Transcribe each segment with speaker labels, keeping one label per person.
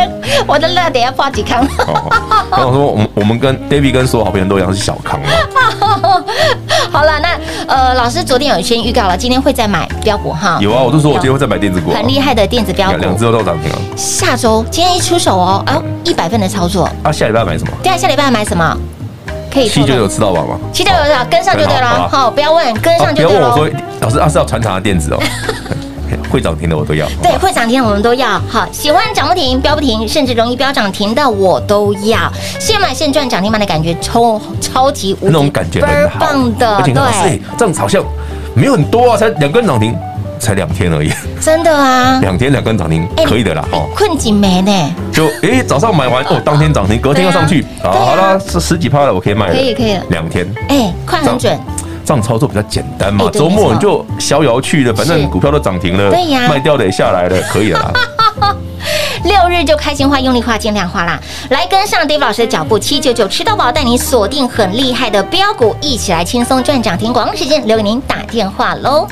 Speaker 1: 我的乐得要破几康。
Speaker 2: 哦，然后我说，我们我们跟 David 跟所有好朋友都一样是小 康嘛，啊
Speaker 1: 好了，那呃，老师昨天有先预告了，今天会再买标股哈，
Speaker 2: 有啊，我就说我今天会再买电子股、啊，
Speaker 1: 很厉害的电子标
Speaker 2: 两两只
Speaker 1: 股，
Speaker 2: 都到涨停啊。
Speaker 1: 下哎周今天一出手哦，啊，一百份的操作，
Speaker 2: 啊，下礼拜要买什么？
Speaker 1: 对啊，下礼拜要买什么？可以
Speaker 2: 七
Speaker 1: 抽
Speaker 2: 九九
Speaker 1: 的。
Speaker 2: 吃到饱吗？
Speaker 1: 七九九跟上就对
Speaker 2: 很好
Speaker 1: 了，
Speaker 2: 好啊
Speaker 1: 好，不要问，跟
Speaker 2: 哦
Speaker 1: 上
Speaker 2: 不
Speaker 1: 就
Speaker 2: 要
Speaker 1: 对
Speaker 2: 问
Speaker 1: 了
Speaker 2: 我。说，老师啊是要传茶的店子哦， 会长听的我都要。好不
Speaker 1: 对，
Speaker 2: 好
Speaker 1: 会涨停我们都要。好，喜欢涨不停、飙不停，甚至容易飙涨停的我都要。现买现赚涨停板的感觉超超级无敌
Speaker 2: 那种感觉
Speaker 1: 倍
Speaker 2: 很
Speaker 1: 儿
Speaker 2: 好，
Speaker 1: 棒的，
Speaker 2: 而且老师、
Speaker 1: 对
Speaker 2: 哎，这样子好像没有很多啊，才两根涨停，才两天而已，
Speaker 1: 真的啊，
Speaker 2: 两天两根涨停
Speaker 1: 哎
Speaker 2: 可以的啦，哦，
Speaker 1: 困几枚呢？
Speaker 2: 就哎、早上买完哦，当天涨停，隔天又上去，
Speaker 1: 啊
Speaker 2: 好
Speaker 1: 对啊
Speaker 2: 好啦，是十几趴了，我可以卖了，
Speaker 1: 可以可以了
Speaker 2: 两天。
Speaker 1: 哎，快很准，
Speaker 2: 这样操作比较简单
Speaker 1: 哎
Speaker 2: 嘛，
Speaker 1: 对
Speaker 2: 周
Speaker 1: 没错
Speaker 2: 末你就逍遥去了，反
Speaker 1: 是
Speaker 2: 正股票都涨停了，
Speaker 1: 对呀
Speaker 2: 卖掉的也下来了，可以 了啦。
Speaker 1: 六日就开心化、用力化、尽量化啦！来跟上 Dave 老师的脚步，七九九吃到饱，带你锁定很厉害的标股，一起来轻松赚涨停。广告时间留给您打电话喽。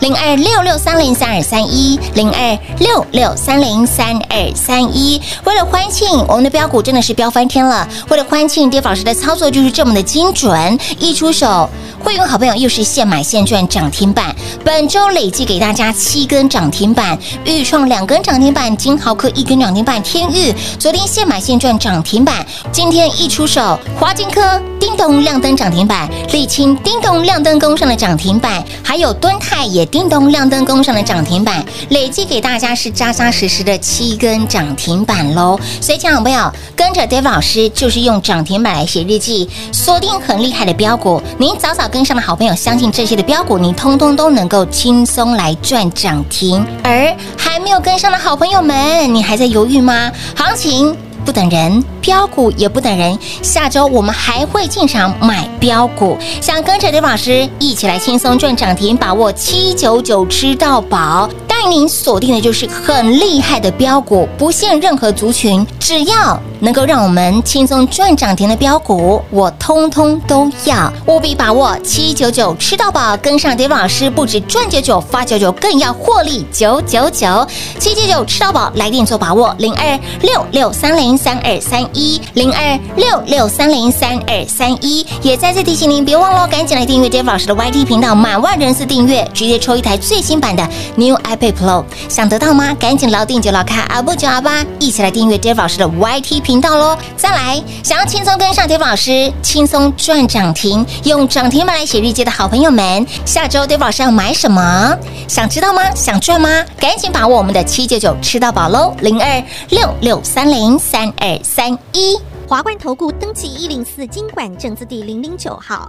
Speaker 1: 零二六六三零三二三一，零二六六三零三二三一。为了欢庆，我们的标股真的是飙翻天了。为了欢庆，跌老师的操作就是这么的精准，一出手，会员好朋友又是现买现赚涨停板。本周累计给大家七根涨停板，豫创两根涨停板，金豪科一根涨停板，天域昨天现买现赚涨停板，今天一出手，华金科叮咚亮灯涨停板，沥青叮咚亮灯攻上了涨停板，还有敦泰也叮咚亮灯攻上了涨停板，累计给大家是扎扎实实的七根涨停板喽。所以，亲爱的朋友，跟着 Dave 老师就是用涨停板来写日记，锁定很厉害的标股。您早早跟上的好朋友，相信这些的标股，您通通都能够轻松来赚涨停。而还没有跟上的好朋友们，你还在犹豫吗？行情。不等人，标股也不等人。下周我们还会进场买标股，想跟着刘老师一起来轻松赚涨停，把握七九九吃到饱。带您锁定的就是很厉害的标股，不限任何族群，只要能够让我们轻松赚涨停的标股，我通通都要。务必把握七九九吃到饱，跟上 Dave 老师，不止赚九九发九九，更要获利九九九。七九九吃到饱，来电做把握，零二六六三零三二三一，零二六六三零三二三一。也再次提醒您，别忘了赶紧来订阅 Dave 老师的 YT 频道，满万人次订阅，直接抽一台最新版的 New iPad Pro，想得到吗？赶紧老定就啊老看阿布九阿八，一起来订阅 Dave 老师的 YT 频道喽！再来，想要轻松跟上 Dave 老师，轻松赚涨停，用涨停板来写日记的好朋友们，下周 Dave 老师要买什么？想知道吗？想赚吗？赶紧把握我们的七九九吃到饱喽！零二六六三零三二三一。
Speaker 3: 华冠投顾登记一零四经管证字第零零九号。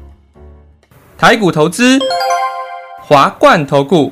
Speaker 4: 台股投资，华冠投顾。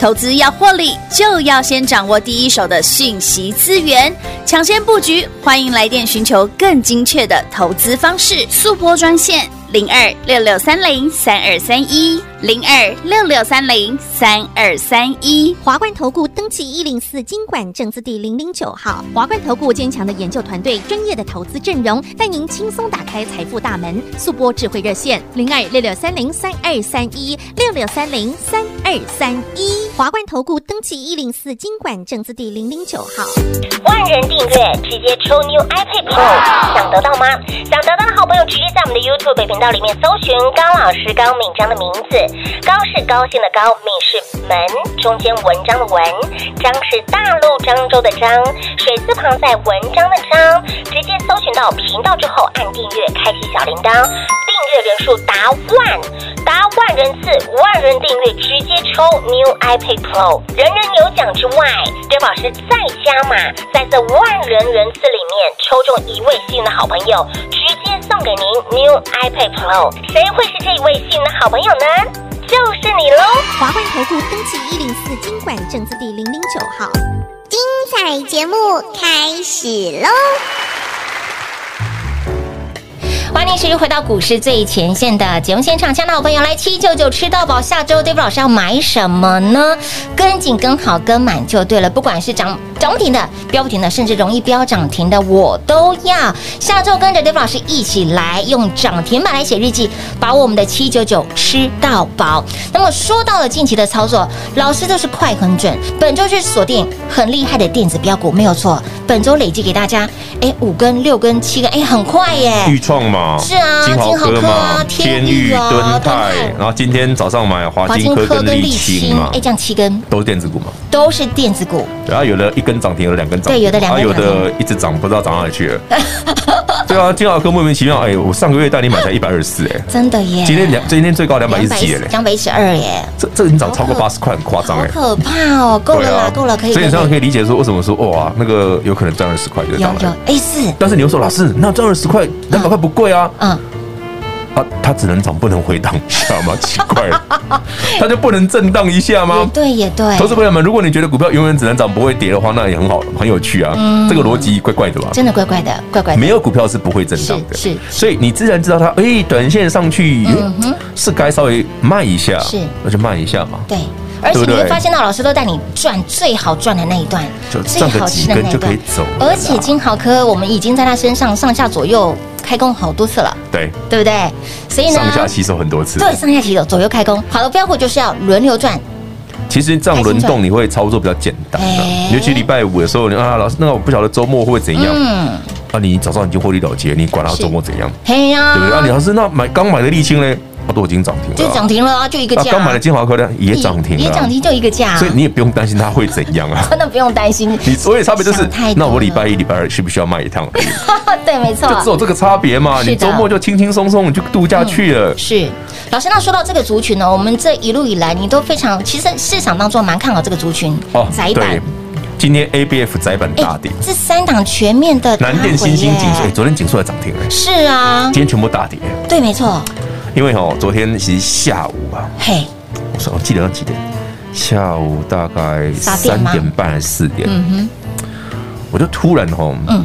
Speaker 5: 投资要获利，就要先掌握第一手的讯息资源，抢先布局。欢迎来电寻求更精确的投资方式，速播专线零二六六三零三二三一零二六六三零三二三一。
Speaker 3: 华冠投顾登记一零四经管证字第零零九号。华冠投顾坚强的研究团队，专业的投资阵容，带您轻松打开财富大门。速播智慧热线零二六六三零三二三一六六三零三二三一。华冠投顾登记一零四经管证字第零零九号。
Speaker 6: 万人订阅，直接抽 New iPad Pro，想得到吗？想得到的好朋友，直接在我们的 YouTube 频道里面搜寻高老师高敏章的名字，高是高兴的高，敏是门，中间文章的文，章是大陆漳州的章，水字旁在文章的章，直接搜寻到频道之后按订阅，开启小铃铛，订阅人数达万，达万人次，万人订阅直接抽 New iPad Pro，人人有奖之外，刘老师再加码，在这万人人次里面抽中一位幸运的好朋友，直接送给您 New iPad Pro，谁会是这一位幸运的好朋友呢？就是你喽！
Speaker 3: 华冠投顾登记一零四经管证字第零零九号。精彩节目开始喽！
Speaker 1: 欢迎持续回到股市最前线的节目现场，亲爱的好朋友，来七九九吃到饱，下周 Dave 老师要买什么呢？跟紧、跟好、跟满就对了。不管是涨涨不停的、飙不停的，甚至容易飙涨停的，我都要。下周跟着 Dave 老师一起来用涨停板来写日记，把我们的七九九吃到饱。那么说到了近期的操作，老师都是快很准，本周去锁定很厉害的电子标股，没有错。本周累计给大家，哎，五根、六根、七根，哎，很快耶。
Speaker 2: 豫创嘛，
Speaker 1: 是啊
Speaker 2: 金豪科
Speaker 1: 金豪科
Speaker 2: 嘛
Speaker 1: 啊，
Speaker 2: 天
Speaker 1: 天域
Speaker 2: 域、
Speaker 1: 啊
Speaker 2: 敦
Speaker 1: 敦
Speaker 2: 泰
Speaker 1: 泰，
Speaker 2: 然后今天早上买华
Speaker 1: 华
Speaker 2: 金
Speaker 1: 金
Speaker 2: 科
Speaker 1: 科
Speaker 2: 跟
Speaker 1: 跟
Speaker 2: 沥
Speaker 1: 沥
Speaker 2: 青
Speaker 1: 青
Speaker 2: 嘛，，
Speaker 1: 哎，这样七根
Speaker 2: 都是电子股嘛。
Speaker 1: 都是电子股，
Speaker 2: 然后有的一根涨停，有的两根涨停，
Speaker 1: 对有的两根
Speaker 2: 啊有
Speaker 1: 涨
Speaker 2: 的一直涨，不知道涨哪 里去了。对啊，金豪科莫名其妙，哎，我上个月带你买才一百二十四，哎，
Speaker 1: 真的耶。
Speaker 2: 今天两今天最高两百一十几了嘞，
Speaker 1: 两百一十二耶，
Speaker 2: 这这已经涨超过八十块，很夸张
Speaker 1: 好
Speaker 2: 哎。
Speaker 1: 可怕哦！够了
Speaker 2: 对
Speaker 1: 啦
Speaker 2: 啊，
Speaker 1: 够了，可以。
Speaker 2: 所以你这样
Speaker 1: 可
Speaker 2: 可以理解说，为什么说哇，那个有可能赚二十块就是
Speaker 1: 有
Speaker 2: 当
Speaker 1: 有
Speaker 2: 然。
Speaker 1: 哎是，
Speaker 2: 但是你又说老师，那赚二十块，两百块不贵啊，
Speaker 1: 嗯，
Speaker 2: 它它只能涨不能回档，知道吗？奇怪了，它就不能震荡一下
Speaker 1: 也
Speaker 2: 吗？
Speaker 1: 对也对
Speaker 2: 投，资朋友们，如果你觉得股票永远只能涨不会跌的话，那也很好，很有趣啊。这个逻辑怪怪的吧？
Speaker 1: 嗯真的怪怪的，怪怪的。
Speaker 2: 没有股票是不会震荡的，
Speaker 1: 是是嗯
Speaker 2: 所以你自然知道它，哎，短线上去是该稍微卖一下，
Speaker 1: 是
Speaker 2: 那就卖一下嘛。
Speaker 1: 对，而且
Speaker 2: 对不
Speaker 1: 你
Speaker 2: 对
Speaker 1: 会发现到老师都带你赚最好赚的那一段
Speaker 2: 就，
Speaker 1: 最
Speaker 2: 赚个
Speaker 1: 好
Speaker 2: 几
Speaker 1: 吃的
Speaker 2: 根
Speaker 1: 那一
Speaker 2: 就可以
Speaker 1: 段。
Speaker 2: 走了啦，
Speaker 1: 而且金豪科，我们已经在他身上上下左右开工好多次了，
Speaker 2: 对
Speaker 1: 对不对？所以呢，
Speaker 2: 上下吸收很多次，
Speaker 1: 对上下起手左右开工，好的标股就是要轮流转，
Speaker 2: 其实这样轮
Speaker 1: 开心
Speaker 2: 动你会操作比较简单啊
Speaker 1: 哎，
Speaker 2: 尤其礼拜五的时候，你啊老师，那我不晓得周末会怎样
Speaker 1: 嗯，
Speaker 2: 啊？你早上已经获利了结，你管它
Speaker 1: 是
Speaker 2: 周末怎样，
Speaker 1: 嘿呀
Speaker 2: 对不对？啊，你老师那买刚买的沥青呢，啊都已经涨停
Speaker 1: 就
Speaker 2: 了
Speaker 1: 涨
Speaker 2: 啊，
Speaker 1: 停了啊，就一个
Speaker 2: 啊
Speaker 1: 价，
Speaker 2: 刚买的金华科呢也涨停
Speaker 1: 也
Speaker 2: 了
Speaker 1: 涨
Speaker 2: 啊，
Speaker 1: 停就一个价，。
Speaker 2: 所以你也不用担心它会怎样啊
Speaker 1: 真的不用担心。
Speaker 2: 你所以差别就是
Speaker 1: 想太，多
Speaker 2: 那我礼
Speaker 1: 了
Speaker 2: 拜一、礼拜二需不需要卖一趟而已？
Speaker 1: 对，没错
Speaker 2: 就。只有这个差别嘛。
Speaker 1: 是的嗯
Speaker 2: 你周末就轻轻松松你就度假去了，
Speaker 1: 是，老师，那说到这个族群呢，我们这一路以来，你都非常，其实市场当中蛮看好这个族群，窄板
Speaker 2: 哦
Speaker 1: 哎
Speaker 2: 对，，今天 ABF 窄板大跌，
Speaker 1: 这三档全面的
Speaker 2: 南电、新兴、景
Speaker 1: 景
Speaker 2: 硕，哎昨天景硕还涨停了，
Speaker 1: 是啊
Speaker 2: 今，天全部大跌。
Speaker 1: 对，没错，
Speaker 2: 因为哦，昨天其实下午啊，
Speaker 1: 嘿，
Speaker 2: 我说我记得要几点？下午大概
Speaker 1: 撒点
Speaker 2: 三
Speaker 1: 吗
Speaker 2: 点半还是四点，
Speaker 1: 嗯哼，
Speaker 2: 我就突然哦，
Speaker 1: 嗯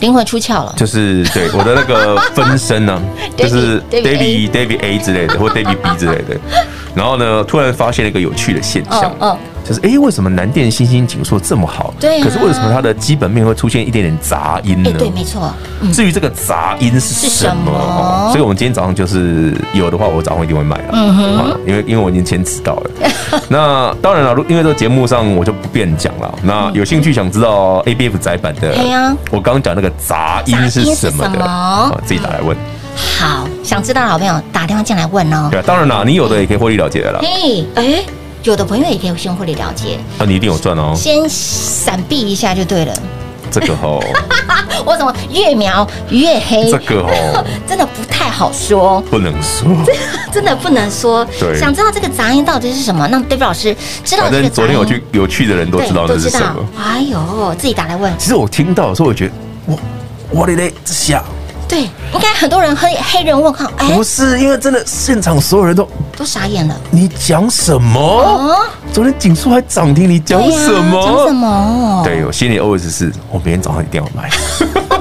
Speaker 1: 灵魂出窍了，
Speaker 2: 就是对我的那 个分身呢、就
Speaker 1: David-
Speaker 2: 是
Speaker 1: David A
Speaker 2: David David A 之类的，或 David B 之类的。然后呢，突然发现了一个有趣的现象
Speaker 1: 嗯，嗯
Speaker 2: 就是哎，诶为什么南电新兴景硕这么好？
Speaker 1: 对啊
Speaker 2: 可是为什么它的基本面会出现一点点杂音呢
Speaker 1: 哎，？对，没错，
Speaker 2: 至于这个杂音是
Speaker 1: 是什
Speaker 2: 什么，
Speaker 1: 么
Speaker 2: 哦所以我们今天早上就是有的话，我早上一定会买了，
Speaker 1: 嗯
Speaker 2: 啊因为因为我已经先知道 了。那当然了，如因为这个节目上我就不便讲了。那有兴趣想知道 A B F 窄版的
Speaker 1: 哎嗯呀，
Speaker 2: 我刚刚讲那个杂音是
Speaker 1: 杂
Speaker 2: 什么
Speaker 1: 音是什
Speaker 2: 的，
Speaker 1: 么嗯
Speaker 2: 啊自己打来问。
Speaker 1: 好，想知道的好朋友打电话进来问哦，
Speaker 2: 对啊，当然啦，你有的也可以获利了结的啦，
Speaker 1: 嘿，哎，有的朋友也可以先获利了结，
Speaker 2: 那你一定有赚哦。
Speaker 1: 先闪避一下就对了。
Speaker 2: 这个 吼，
Speaker 1: 我怎么越描越黑
Speaker 2: 这？个哦吼，
Speaker 1: 真的不太好说，
Speaker 2: 不能说。
Speaker 1: 真的不能说。
Speaker 2: 对
Speaker 1: 想知道这个杂音到底是什么？那 David 老师知道
Speaker 2: 反
Speaker 1: 这个
Speaker 2: 正
Speaker 1: 杂
Speaker 2: 昨
Speaker 1: 音，
Speaker 2: 天有去有去的嗯人都
Speaker 1: 对
Speaker 2: 知道那是
Speaker 1: 都
Speaker 2: 什么
Speaker 1: 知。道哎呦，自己打来问。
Speaker 2: 其实我听到的时候，我觉得我我的嘞，这下。
Speaker 1: 对，应该很多人黑黑人问号，哎
Speaker 2: 啊不，是，因为真的现场所有人都，
Speaker 1: 都傻眼了。
Speaker 2: 你讲什么？
Speaker 1: 哦，
Speaker 2: 昨天锦数还涨停，你讲
Speaker 1: 对呀
Speaker 2: 什
Speaker 1: 讲什
Speaker 2: 么？
Speaker 1: 么？
Speaker 2: 对，，我心里 always 是，我明天早上一定要买。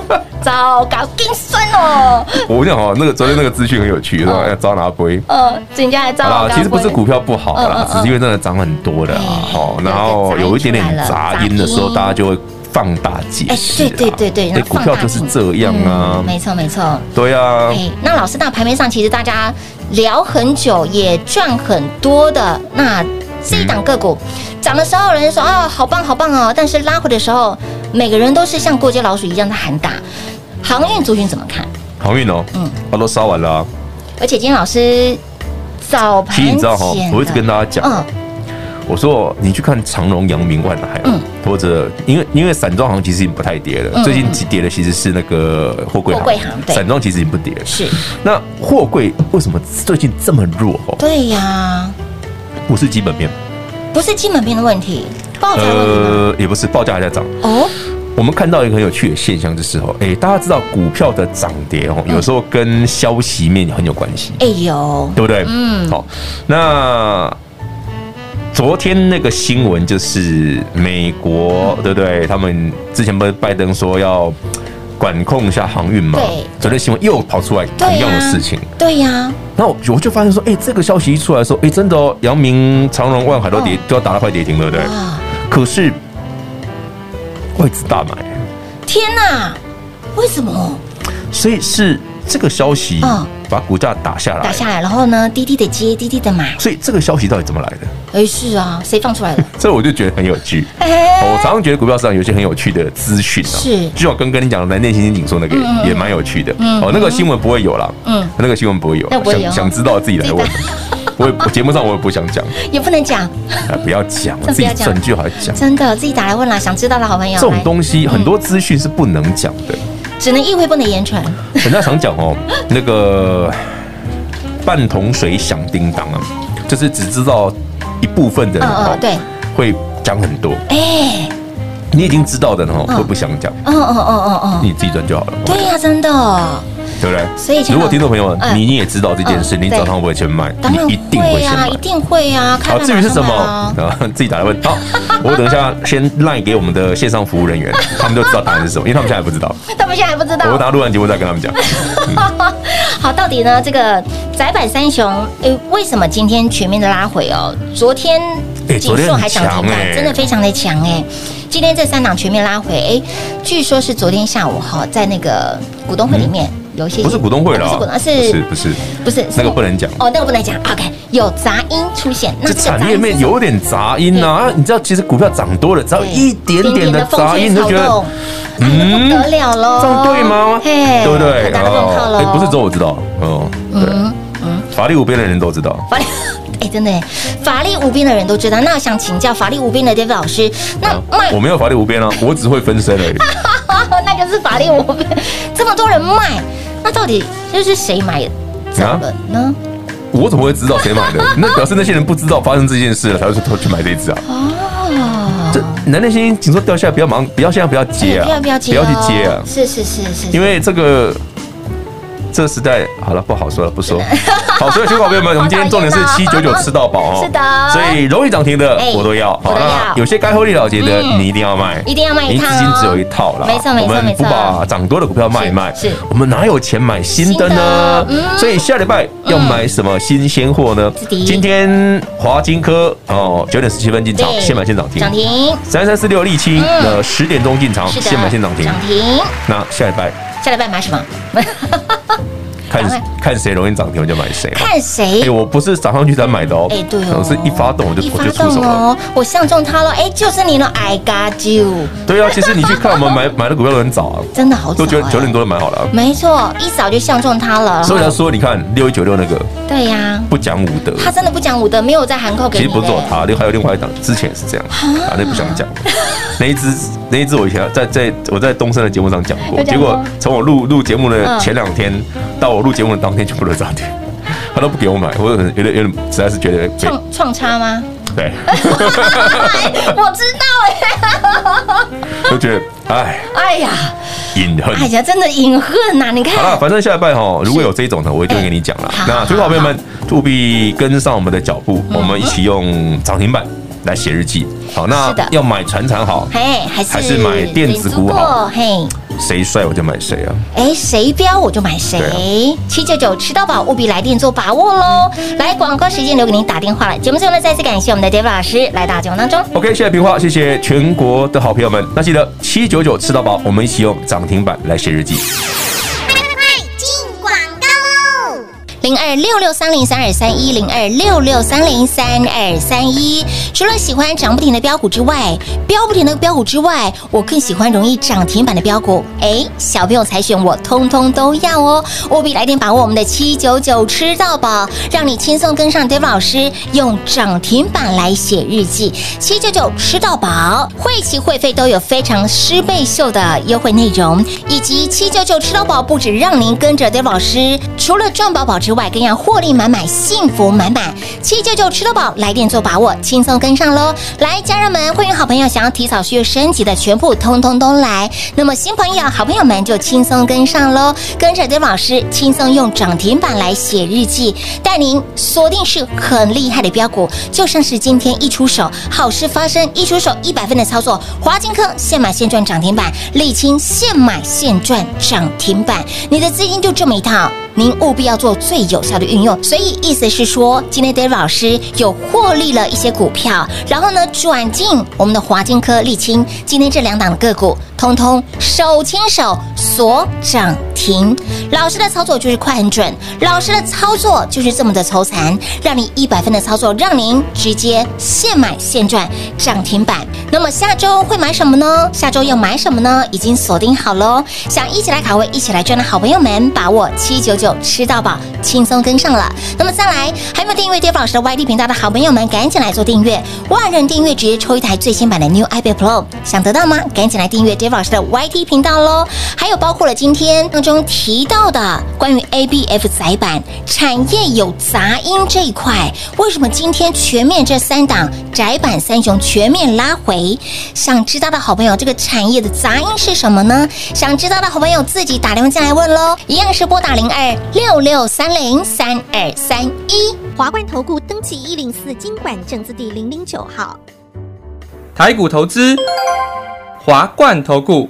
Speaker 1: 糟糕，更酸哦。
Speaker 2: 我讲哦，那个昨天那个资讯很有趣，说哎要招拿杯。
Speaker 1: 呃，人家还哦糟
Speaker 2: 好
Speaker 1: 糕。
Speaker 2: 啦，其实不是股票不好
Speaker 1: 嗯嗯
Speaker 2: 啦，
Speaker 1: 嗯
Speaker 2: 只是因为真的涨很多的啊。
Speaker 1: 哎
Speaker 2: 哦
Speaker 1: 有，
Speaker 2: 然后有一点点杂音的时
Speaker 1: 杂
Speaker 2: 候，
Speaker 1: 音
Speaker 2: 大家就会放大解释
Speaker 1: 哎
Speaker 2: 啦。
Speaker 1: 对对对对
Speaker 2: 哎股票就是这样啊
Speaker 1: 嗯。没错没错。
Speaker 2: 对啊，
Speaker 1: 哎，那老师，那盘面上其实大家聊很久，也赚很多的。那这一档个股涨的时候，人家说啊、好棒好棒哦，但是拉回的时候，每个人都是像过街老鼠一样在喊打。航运族群怎么看？
Speaker 2: 航运哦
Speaker 1: 嗯，
Speaker 2: 它都烧完了啊。
Speaker 1: 而且今天老师早盘
Speaker 2: 其实你知道哈
Speaker 1: 前，的
Speaker 2: 我一直跟大家讲，啊
Speaker 1: 嗯，
Speaker 2: 我说你去看长荣、阳明、万海啊，
Speaker 1: 嗯
Speaker 2: 或者因为因为散装行其实已经不太跌了，
Speaker 1: 嗯
Speaker 2: 最近急跌的其实是那个货柜行，
Speaker 1: 货柜行对
Speaker 2: 散装其实已经不跌了。
Speaker 1: 是
Speaker 2: 那货柜为什么最近这么弱？哦，
Speaker 1: 对呀，
Speaker 2: 不是基本面，
Speaker 1: 不是基本面的问题，报价问题吗？，
Speaker 2: 呃也不是报价还在涨。
Speaker 1: 哦，
Speaker 2: 我们看到一个很有趣的现象，就是哦，哎，大家知道股票的涨跌哦，
Speaker 1: 嗯
Speaker 2: 有时候跟消息面很有关系，
Speaker 1: 哎呦，
Speaker 2: 对不对？
Speaker 1: 嗯
Speaker 2: 好，那昨天那个新闻就是美国，对不对？他们之前不是拜登说要管控一下航运嘛？
Speaker 1: 对
Speaker 2: 昨天新闻又跑出来同
Speaker 1: 对呀
Speaker 2: 样的事情，
Speaker 1: 对啊呀，
Speaker 2: 那我我就发现说，哎，这个消息一出来说，
Speaker 1: 嗯
Speaker 2: 哎，
Speaker 1: 啊
Speaker 2: 真的哦，阳明、长荣、万海都跌，都要打到快跌停，对不对？
Speaker 1: 哇，
Speaker 2: 可是外资大买，
Speaker 1: 天哪，为什么
Speaker 2: 所以是这个消息
Speaker 1: 嗯
Speaker 2: 把股价打下来。
Speaker 1: 打下来？然后呢，滴滴的接，滴滴的买，
Speaker 2: 所以这个消息到底怎么来的？
Speaker 1: 哎，是啊，谁放出 来的？
Speaker 2: 这我就觉得很有趣。
Speaker 1: 哎，
Speaker 2: 哦我常常觉得股票市场有一些很有趣的资讯啊，
Speaker 1: 是
Speaker 2: 就像我刚跟你讲的南电新兴紧缩那个也蛮有趣的。哦，那个新闻不会有啦，
Speaker 1: 嗯
Speaker 2: 嗯，那个新闻不会有
Speaker 1: 那，不会有
Speaker 2: 想想知道自己来问
Speaker 1: 自。
Speaker 2: 我也我节目上我也不想 讲，
Speaker 1: 也不能讲，
Speaker 2: 啊不要讲，
Speaker 1: 这
Speaker 2: 我
Speaker 1: 不
Speaker 2: 自
Speaker 1: 要
Speaker 2: 己
Speaker 1: 讲
Speaker 2: 整句好讲。
Speaker 1: 真的自己打来问啦，想知道的好朋友，
Speaker 2: 这种
Speaker 1: 来嗯
Speaker 2: 东西很多资讯是不能讲的，
Speaker 1: 只能意会不能言传。
Speaker 2: 人家常讲 哦，那个半桶水响叮当啊，就是只知道一部分的人
Speaker 1: 嗯
Speaker 2: 哦
Speaker 1: 嗯，对，
Speaker 2: 会讲很多，
Speaker 1: 哎，
Speaker 2: 你已经知道的人哦
Speaker 1: 嗯
Speaker 2: 会不想讲，
Speaker 1: 哦哦哦哦哦，
Speaker 2: 你自己赚就好了。
Speaker 1: 对呀，真的，
Speaker 2: 对不对？
Speaker 1: 所以
Speaker 2: 如果听众朋友
Speaker 1: 嗯
Speaker 2: 你你也知道这件事，
Speaker 1: 嗯
Speaker 2: 你
Speaker 1: 对
Speaker 2: 早上会不会先卖？
Speaker 1: 当然
Speaker 2: 你一定会
Speaker 1: 会
Speaker 2: 先
Speaker 1: 啊，
Speaker 2: 买
Speaker 1: 一。定会啊。开
Speaker 2: 好，
Speaker 1: 盘
Speaker 2: 至于是什么
Speaker 1: 马上买啊
Speaker 2: 啊， 自己打来问。 好，我等一下先赖给我们的线上服务人员，他们就知道答案是什么，因为他们现在还不知道。
Speaker 1: 他们现在还不知
Speaker 2: 我
Speaker 1: 道。
Speaker 2: 等下录完节目再跟他 们讲。
Speaker 1: 好，到底呢？这个窄板三雄，诶，为什么今天全面的拉回哦？昨天
Speaker 2: 诶
Speaker 1: 锦
Speaker 2: 昨天
Speaker 1: 硕
Speaker 2: 很
Speaker 1: 还涨停
Speaker 2: 强
Speaker 1: 板，
Speaker 2: 诶
Speaker 1: 真的非常的强哎。今天这三档全面拉回，哎，据说是昨天下午哈，在那个股东会里面有一些
Speaker 2: 嗯不是股东会了
Speaker 1: 哦
Speaker 2: 啊，
Speaker 1: 不是股
Speaker 2: 不
Speaker 1: 东
Speaker 2: 是
Speaker 1: 是
Speaker 2: 不是，
Speaker 1: 不是
Speaker 2: 那个不能讲
Speaker 1: 哦，那个不能讲。OK，有杂音出现，那
Speaker 2: 这
Speaker 1: 这个杂音
Speaker 2: 产业面
Speaker 1: 是什么
Speaker 2: 有点杂音呐。啊你知道，其实股票涨多了，只要
Speaker 1: 对
Speaker 2: 一点点的杂音，你就觉
Speaker 1: 风吹草
Speaker 2: 得嗯
Speaker 1: 动哎那不得了喽，
Speaker 2: 这样对吗？
Speaker 1: 嘿，
Speaker 2: 对不对？
Speaker 1: 打个问号
Speaker 2: 哦哎
Speaker 1: 喽，
Speaker 2: 不是只有我知道，哦，
Speaker 1: 嗯
Speaker 2: 对，法律无边的人都知道。
Speaker 1: 法力， 哎，真的耶，法力无边的人都知道。那我想请教法力无边的 David 老师，那
Speaker 2: 啊
Speaker 1: 卖
Speaker 2: 我没有法力无边啊，我只会分身而已。
Speaker 1: 那个是法力无边，这么多人卖，那到底这是谁买走了呢？
Speaker 2: 啊我怎么会知道谁 买的？那表示那些人不知道发生这件事了，才会去去买这一只啊。
Speaker 1: 哦，
Speaker 2: 这男内心紧说掉下来，不要忙，不要现在不要啊接啊，
Speaker 1: 哎不要不要接，
Speaker 2: 去接啊，
Speaker 1: 是是是是，
Speaker 2: 因
Speaker 1: 为
Speaker 2: 为这个。这个时代好了，不好说了，不 说。好，所以小宝贝们，我们今天重点是
Speaker 1: 好讨
Speaker 2: 七
Speaker 1: 厌
Speaker 2: 九
Speaker 1: 啊
Speaker 2: 九吃到饱哦。
Speaker 1: 是的
Speaker 2: 所以容易涨停的
Speaker 1: 哎
Speaker 2: 我都要。好，
Speaker 1: 我都要嗯
Speaker 2: 那有些该获利了结的你一定要卖，
Speaker 1: 一定要卖一
Speaker 2: 你
Speaker 1: 趟哦
Speaker 2: 资金只有一套了，
Speaker 1: 没错没错
Speaker 2: 我们
Speaker 1: 没
Speaker 2: 不
Speaker 1: 错
Speaker 2: 把涨多的股票卖一卖，
Speaker 1: 是是
Speaker 2: 我们哪有钱买新的呢？
Speaker 1: 新的嗯
Speaker 2: 所以下礼拜要买什么新鲜货呢
Speaker 1: 是？的
Speaker 2: 今天华金科哦，九点十七分进场，
Speaker 1: 对
Speaker 2: 现买现涨停。
Speaker 1: 涨停，
Speaker 2: 三三四六沥青，
Speaker 1: 嗯
Speaker 2: 呃，十点钟进场，
Speaker 1: 是的，
Speaker 2: 现买现涨停。
Speaker 1: 涨停，
Speaker 2: 那下礼拜
Speaker 1: 下礼拜买什么？ 赶快
Speaker 2: 看看谁容易涨停，我就买谁。
Speaker 1: 看谁
Speaker 2: 哎，？我不是涨上去才买的哦，
Speaker 1: 哎对哦
Speaker 2: 我是一发动我就
Speaker 1: 一
Speaker 2: 我
Speaker 1: 发
Speaker 2: 就出手
Speaker 1: 动
Speaker 2: 了。
Speaker 1: 哦，我相中他了，哎，就是你了，I got you，
Speaker 2: 对啊，其实你去看 我们买买的股票都很早啊，
Speaker 1: 真的好早
Speaker 2: 都九
Speaker 1: 哎哦
Speaker 2: 九点多就买好了啊。
Speaker 1: 没错，一早就相中他了。
Speaker 2: 所以他说，你看六一九六那个
Speaker 1: 对呀、
Speaker 2: 不讲武德，
Speaker 1: 他真的不讲武德，没有在函扣给
Speaker 2: 其
Speaker 1: 你
Speaker 2: 实
Speaker 1: 的。
Speaker 2: 不是我他，另还有另外一档之前也是这样，啊，那不想讲。那一只那一只我以前在在我在东森的节目上讲过，
Speaker 1: 有
Speaker 2: 结
Speaker 1: 讲过嗯
Speaker 2: 果从我录录节目的前两天到我录节目的当天，全部都涨停，他都不给我买，我有点有点有点实在是觉得被
Speaker 1: 创创差吗？
Speaker 2: 对，
Speaker 1: 我知道哎、
Speaker 2: 就觉得哎
Speaker 1: 哎呀，
Speaker 2: 隐恨。
Speaker 1: 哎呀，真的隐恨呐、你
Speaker 2: 好了，
Speaker 1: 看，
Speaker 2: 反正下礼拜哈，如果有这种的，我一定会跟你讲啦
Speaker 1: 哎。好嗯
Speaker 2: 那所以，好朋友们，务必跟上我们的脚步，我们一起用涨停板来写日记。好，那
Speaker 1: 是的
Speaker 2: 要买船产好，
Speaker 1: 嘿，还是
Speaker 2: 还是买电子股好
Speaker 1: 领先过嘿，
Speaker 2: 谁帅我就买谁啊。
Speaker 1: 哎，谁标我就买谁
Speaker 2: 对。啊
Speaker 1: 七九九吃到饱，务必来电做把握喽！来，广告时间留给您打电话了。节目最后呢，再次感谢我们的 David 老师来到节目当中。
Speaker 2: OK，谢谢平话，谢谢全国的好朋友们。那记得七九九吃到饱，我们一起用涨停板来写日记。
Speaker 1: 零二六六三零三二三一零二六六三零三二三一。除了喜欢涨不停的标股之外，标不停的标股之外，我更喜欢容易涨停板的标股。哎，小朋友才选我通通都要哦！务必来电把握我们的七九九吃到饱，让你轻松跟上 Dave 老师用涨停板来写日记。七九九吃到饱，会期会费都有非常师倍秀的优惠内容，以及七九九吃到饱不止让您跟着 Dave 老师，除了赚饱饱之外，更要获利满满、幸福满满。七九九吃到饱，来电做把握，轻松跟上喽！来，家人们，会员好朋友想要提早续约升级的，全部通通都来。那么新朋友、好朋友们就轻松跟上喽，跟着 Dave 老师轻松用涨停板来写日记，带您锁定是很厉害的标股，就像是今天一出手，好事发生，一出手一百分的操作，华金科现买现赚涨停板，沥青现买现赚涨停板，你的资金就这么一套，您务必要做最有效的运用。所以意思是说，今天 David 老师有获利了一些股票，然后呢转进我们的华金科、沥青，今天这两档的个股通通手牵手锁涨停。老师的操作就是快很准，老师的操作就是这么的抽残，让你一百分的操作，让您直接现买现赚涨停板。那么下周会买什么呢？下周要买什么呢？已经锁定好喽。想一起来卡位、一起来赚的好朋友们，把握七九九吃到饱，轻松跟上了。那么再来，还没有订阅 d a 老师的 YT 频道的好朋友们，赶紧来做订阅，万人订阅直接抽一台最新版的 New iPad Pro，想得到吗？赶紧来订阅 d a 老师的 YT 频道喽。还有包括了今天当中提到的关于 ABF 载板产业有杂音这一块，为什么今天全面这三档窄板三雄全面拉回？想知道的好朋友，这个产业的杂音是什么呢？想知道的好朋友自己打电话进来问喽，一样是拨打零二六六三零三二三一。
Speaker 3: 华冠投顾登记一零四经管证字第零零九号。
Speaker 4: 台股投资，华冠投顾。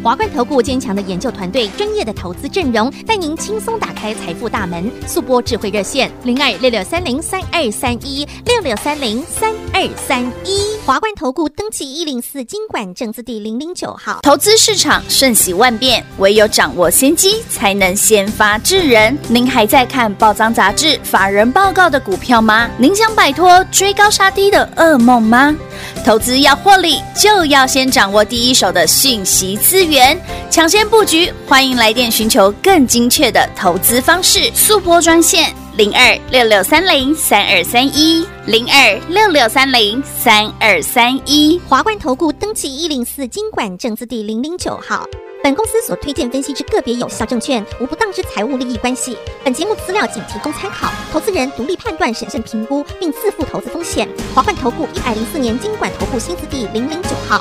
Speaker 3: 华冠投顾坚强的研究团队，专业的投资阵容，带您轻松打开财富大门。速播智慧热线零二六六三零三二三一六六三零三二三一。华冠投顾登记一零四经管证字第零零九号。
Speaker 5: 投资市场瞬息万变，唯有掌握先机，才能先发制人。您还在看报章杂志、法人报告的股票吗？您想摆脱追高杀低的噩梦吗？投资要获利，就要先掌握第一手的讯息资源，抢先布局。欢迎来电寻求更精确的投资方式，速播专线零二六六三零三二三一零二六六三零三二三一。
Speaker 3: 华冠投顾登记一零四经管证字第零零九号。本公司所推荐分析之个别有效证券，无不当之财务利益关系。本节目资料仅提供参考，投资人独立判断、审慎评估，并自负投资风险。华冠投顾一百零四年经管投顾新字第零零九号。